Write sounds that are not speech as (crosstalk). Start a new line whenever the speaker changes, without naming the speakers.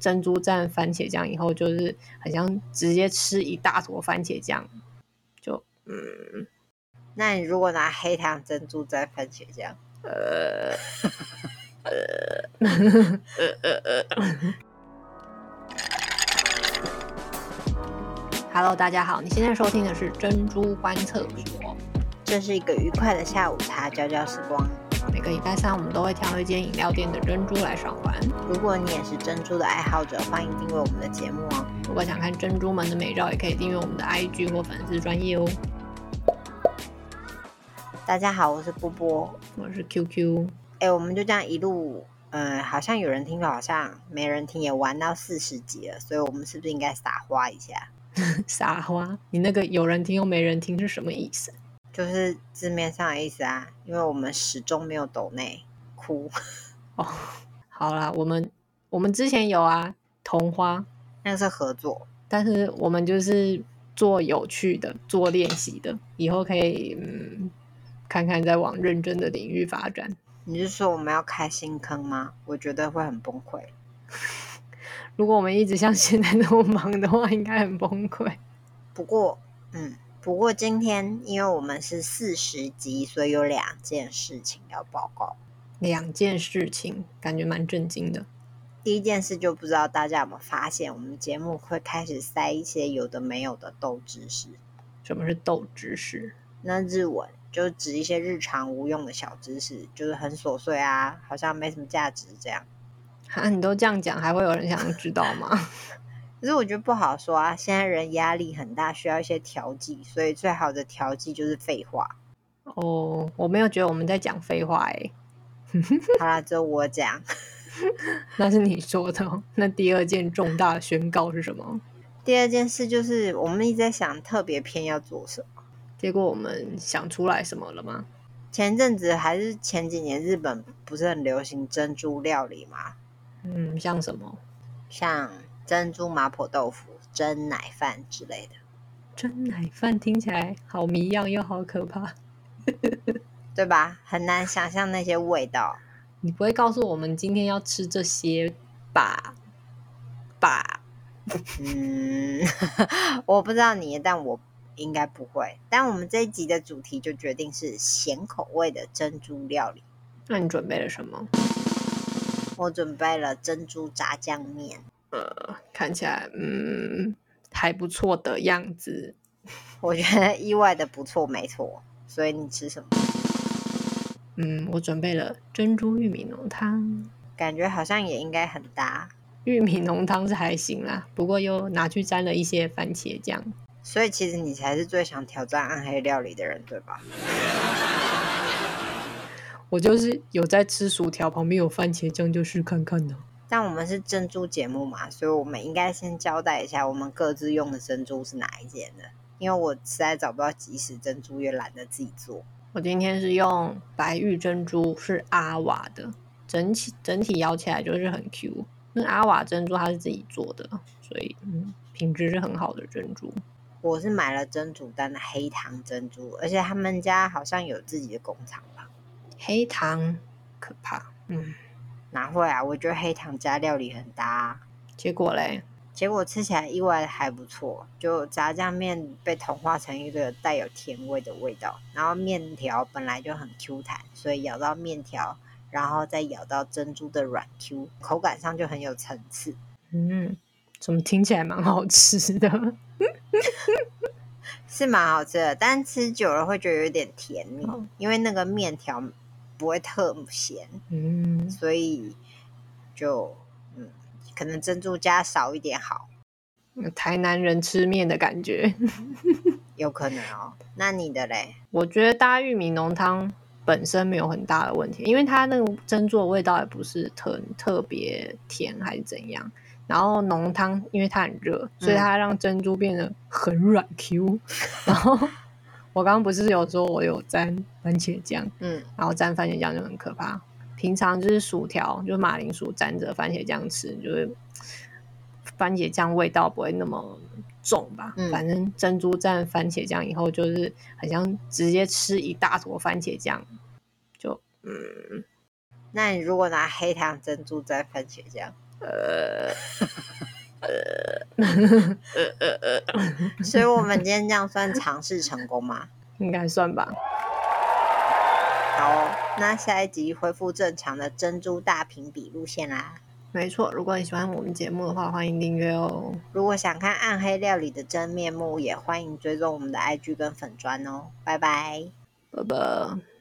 珍珠蘸番茄酱以后，就是很像直接吃一大坨番茄酱，就嗯，
那你如果拿黑糖珍珠蘸番茄酱，
呃呃呃呃呃。Hello，大家好，你现在收听的是珍珠观测所。
这是一个愉快的下午茶，交交时光。
每个礼拜三，我们都会挑一间饮料店的珍珠来赏玩。
如果你也是珍珠的爱好者，欢迎订阅我们的节目哦。
如果想看珍珠们的美照，也可以订阅我们的 IG 或粉丝专业哦。
大家好，我是波波。
我是 QQ，
哎，我们就这样一路，呃，好像有人听，好像没人听，也玩到四十集了，所以我们是不是应该撒花一下？
撒花，你那个有人听又没人听是什么意思？
就是字面上的意思啊，因为我们始终没有抖内哭。 (laughs)
哦，好啦，我们我们之前有啊，同花，
那是合作，
但是我们就是做有趣的，做练习的，以后可以嗯，看看再往认真的领域发展。
你是说我们要开新坑吗？我觉得会很崩溃。
如果我们一直像现在那么忙的话，应该很崩溃。
不过，嗯，不过今天因为我们是四十集，所以有两件事情要报告。
两件事情感觉蛮震惊的，
第一件事就不知道大家有没有发现，我们节目会开始塞一些有的没有的豆知识。
什么是斗知识？
那日文就指一些日常无用的小知识，就是很琐碎啊，好像没什么价值这样。
啊，你都这样讲，还会有人想知道吗？ (laughs)
可是我觉得不好说啊，现在人压力很大，需要一些调剂，所以最好的调剂就是废话。
哦，我没有觉得我们在讲废话欸诶、
好啦，只有我讲。 (laughs)
那是你说的哦。那第二件重大的宣告是什么？
第二件事就是我们一直在想特别篇要做什么。
结果我们想出来什么了吗？
前阵子还是前几年，日本不是很流行珍珠料理吗？
嗯，像什么
像珍珠麻婆豆腐、蒸奶饭之类的，
蒸奶饭，听起来好迷样又好可怕。
对吧？很难想象那些味道。
你不会告诉我们今天要吃这些吧？吧？
嗯， (laughs) 我不知道你，但我应该不会。但我们这一集的主题就决定是咸口味的珍珠料理。
那你准备了什么？
我准备了珍珠炸酱面，
看起来嗯还不错的样子。
我觉得意外的不错，没错。所以你吃什么？
嗯，我准备了珍珠玉米浓汤。
感觉好像也应该很搭。
玉米浓汤是还行啦，不过又拿去沾了一些番茄酱。
所以其实你才是最想挑战暗黑料理的人，对吧？
我就是有在吃薯条，旁边有番茄酱，就试看看的。
但我们是珍珠节目嘛，所以我们应该先交代一下我们各自用的珍珠是哪一件的，因为我实在找不到即食珍珠，也懒得自己做。
我今天是用白玉珍珠，是阿瓦的，整体整体咬起来就是很 Q。那阿瓦珍珠它是自己做的，所以嗯，品质是很好的珍珠。
我是买了珍珠丹的黑糖珍珠，而且他们家好像有自己的工厂吧？
黑糖可怕，嗯，
哪会啊？我觉得黑糖加料理很搭啊、
结果嘞，
结果吃起来意外的还不错，就炸酱面被同化成一个带有甜味的味道，然后面条本来就很 Q 弹，所以咬到面条，然后再咬到珍珠的软 Q，口感上就很有层次。
嗯，怎么听起来蛮好吃的？
是蛮好吃的，但吃久了会觉得有点甜腻
哦，
因为那个面条不会特咸，
嗯，
所以就嗯，可能珍珠加少一点好，
台南人吃面的感觉。
有可能哦。那你的嘞？
我觉得搭玉米浓汤本身没有很大的问题，因为它那个珍珠的味道也不是特特别甜还是怎样。然后浓汤因为它很热，所以它让珍珠变得很软 Q、然 (laughs) 后我刚刚不是有说我有沾番茄酱，
嗯，
然后沾番茄酱就很可怕。平常就是薯条，就是马铃薯沾着番茄酱吃，就是番茄酱味道不会那么重吧。
嗯
反正珍珠蘸番茄酱以后，就是很像直接吃一大坨番茄酱，就嗯
那你如果拿黑糖珍珠蘸番茄酱？
呃
所以我们今天这样算尝试成功吗？ (laughs)
应该算吧。
好哦、那下一集恢复正常的珍珠大评比路线啦。
没错，如果你喜欢我们节目的话，欢迎订阅哦。
如果想看暗黑料理的真面目，也欢迎追踪我们的 IG 跟粉砖哦。拜拜。
拜拜。